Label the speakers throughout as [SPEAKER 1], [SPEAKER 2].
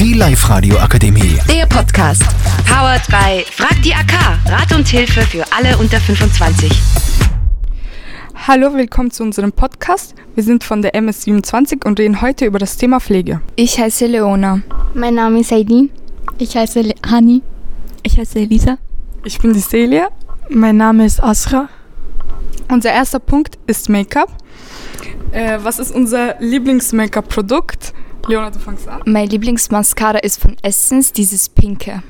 [SPEAKER 1] Die Live-Radio Akademie.
[SPEAKER 2] Der Podcast.
[SPEAKER 3] Powered by Frag die AK. Rat und Hilfe für alle unter 25.
[SPEAKER 4] Hallo, willkommen zu unserem Podcast. Wir sind von der MS27 und reden heute über das Thema Pflege.
[SPEAKER 5] Ich heiße Leona.
[SPEAKER 6] Mein Name ist Aidin.
[SPEAKER 7] Ich heiße Le Hani.
[SPEAKER 8] Ich heiße Elisa.
[SPEAKER 4] Ich bin die Celia.
[SPEAKER 9] Mein Name ist Asra.
[SPEAKER 4] Unser erster Punkt ist Make-up. Äh, was ist unser Lieblings-Make-up-Produkt? Leona, du fängst an.
[SPEAKER 5] Mein Lieblingsmascara ist von Essence, dieses pinke.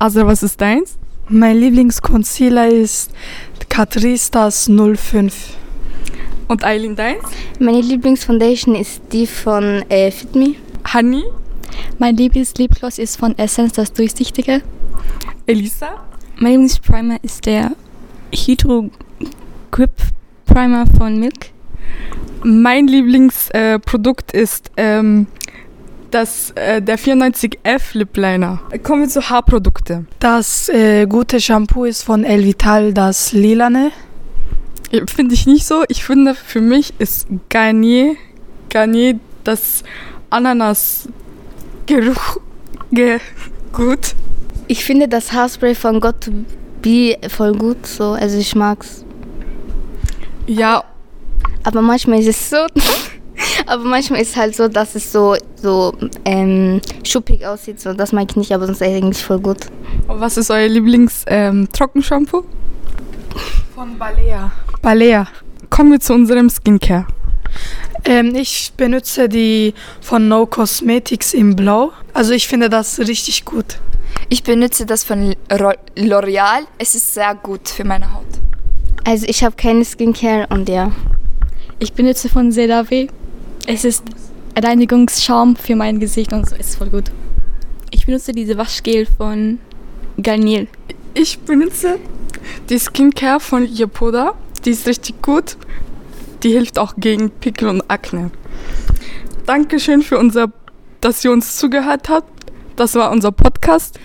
[SPEAKER 4] Asra, was ist deins?
[SPEAKER 9] Mein Lieblingsconcealer ist Catristas 05.
[SPEAKER 4] Und Eileen, deins?
[SPEAKER 6] Meine Lieblingsfoundation ist die von äh, FitMe.
[SPEAKER 4] Hani?
[SPEAKER 7] Mein Lieblingslipgloss ist von Essence, das durchsichtige.
[SPEAKER 4] Elisa?
[SPEAKER 8] Mein Lieblingsprimer ist der Hydro Grip Primer von Milk.
[SPEAKER 4] Mein Lieblingsprodukt ist ähm, das, äh, der 94F Lip Liner. Kommen wir zu Haarprodukte.
[SPEAKER 9] Das äh, gute Shampoo ist von Elvital, das lilane.
[SPEAKER 4] Finde ich nicht so. Ich finde, für mich ist Garnier, Garnier das Ananas-Geruch ge gut.
[SPEAKER 6] Ich finde das Haarspray von Got to Be voll gut, so. Also ich mag's.
[SPEAKER 4] Ja,
[SPEAKER 6] Aber manchmal ist es so. aber manchmal ist halt so, dass es so, so ähm, schuppig aussieht. So, das mag ich nicht, aber sonst eigentlich voll gut.
[SPEAKER 4] was ist euer ähm, Lieblings-Trockenshampoo?
[SPEAKER 9] Von Balea.
[SPEAKER 4] Balea. Kommen wir zu unserem Skincare.
[SPEAKER 9] Ähm, ich benutze die von No Cosmetics in Blau. Also ich finde das richtig gut.
[SPEAKER 5] Ich benutze das von Ro- L'Oreal. Es ist sehr gut für meine Haut.
[SPEAKER 6] Also ich habe keine Skincare und ja.
[SPEAKER 7] Ich benutze von CeraVe. Es ist Reinigungsschaum für mein Gesicht und so. Es ist voll gut.
[SPEAKER 8] Ich benutze diese Waschgel von Garnier.
[SPEAKER 4] Ich benutze die Skincare von Yepoda. Die ist richtig gut. Die hilft auch gegen Pickel und Akne. Dankeschön für unser, dass ihr uns zugehört habt. Das war unser Podcast.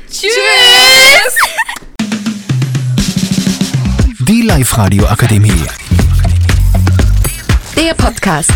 [SPEAKER 1] Die Live-Radio Akademie.
[SPEAKER 2] Der Podcast.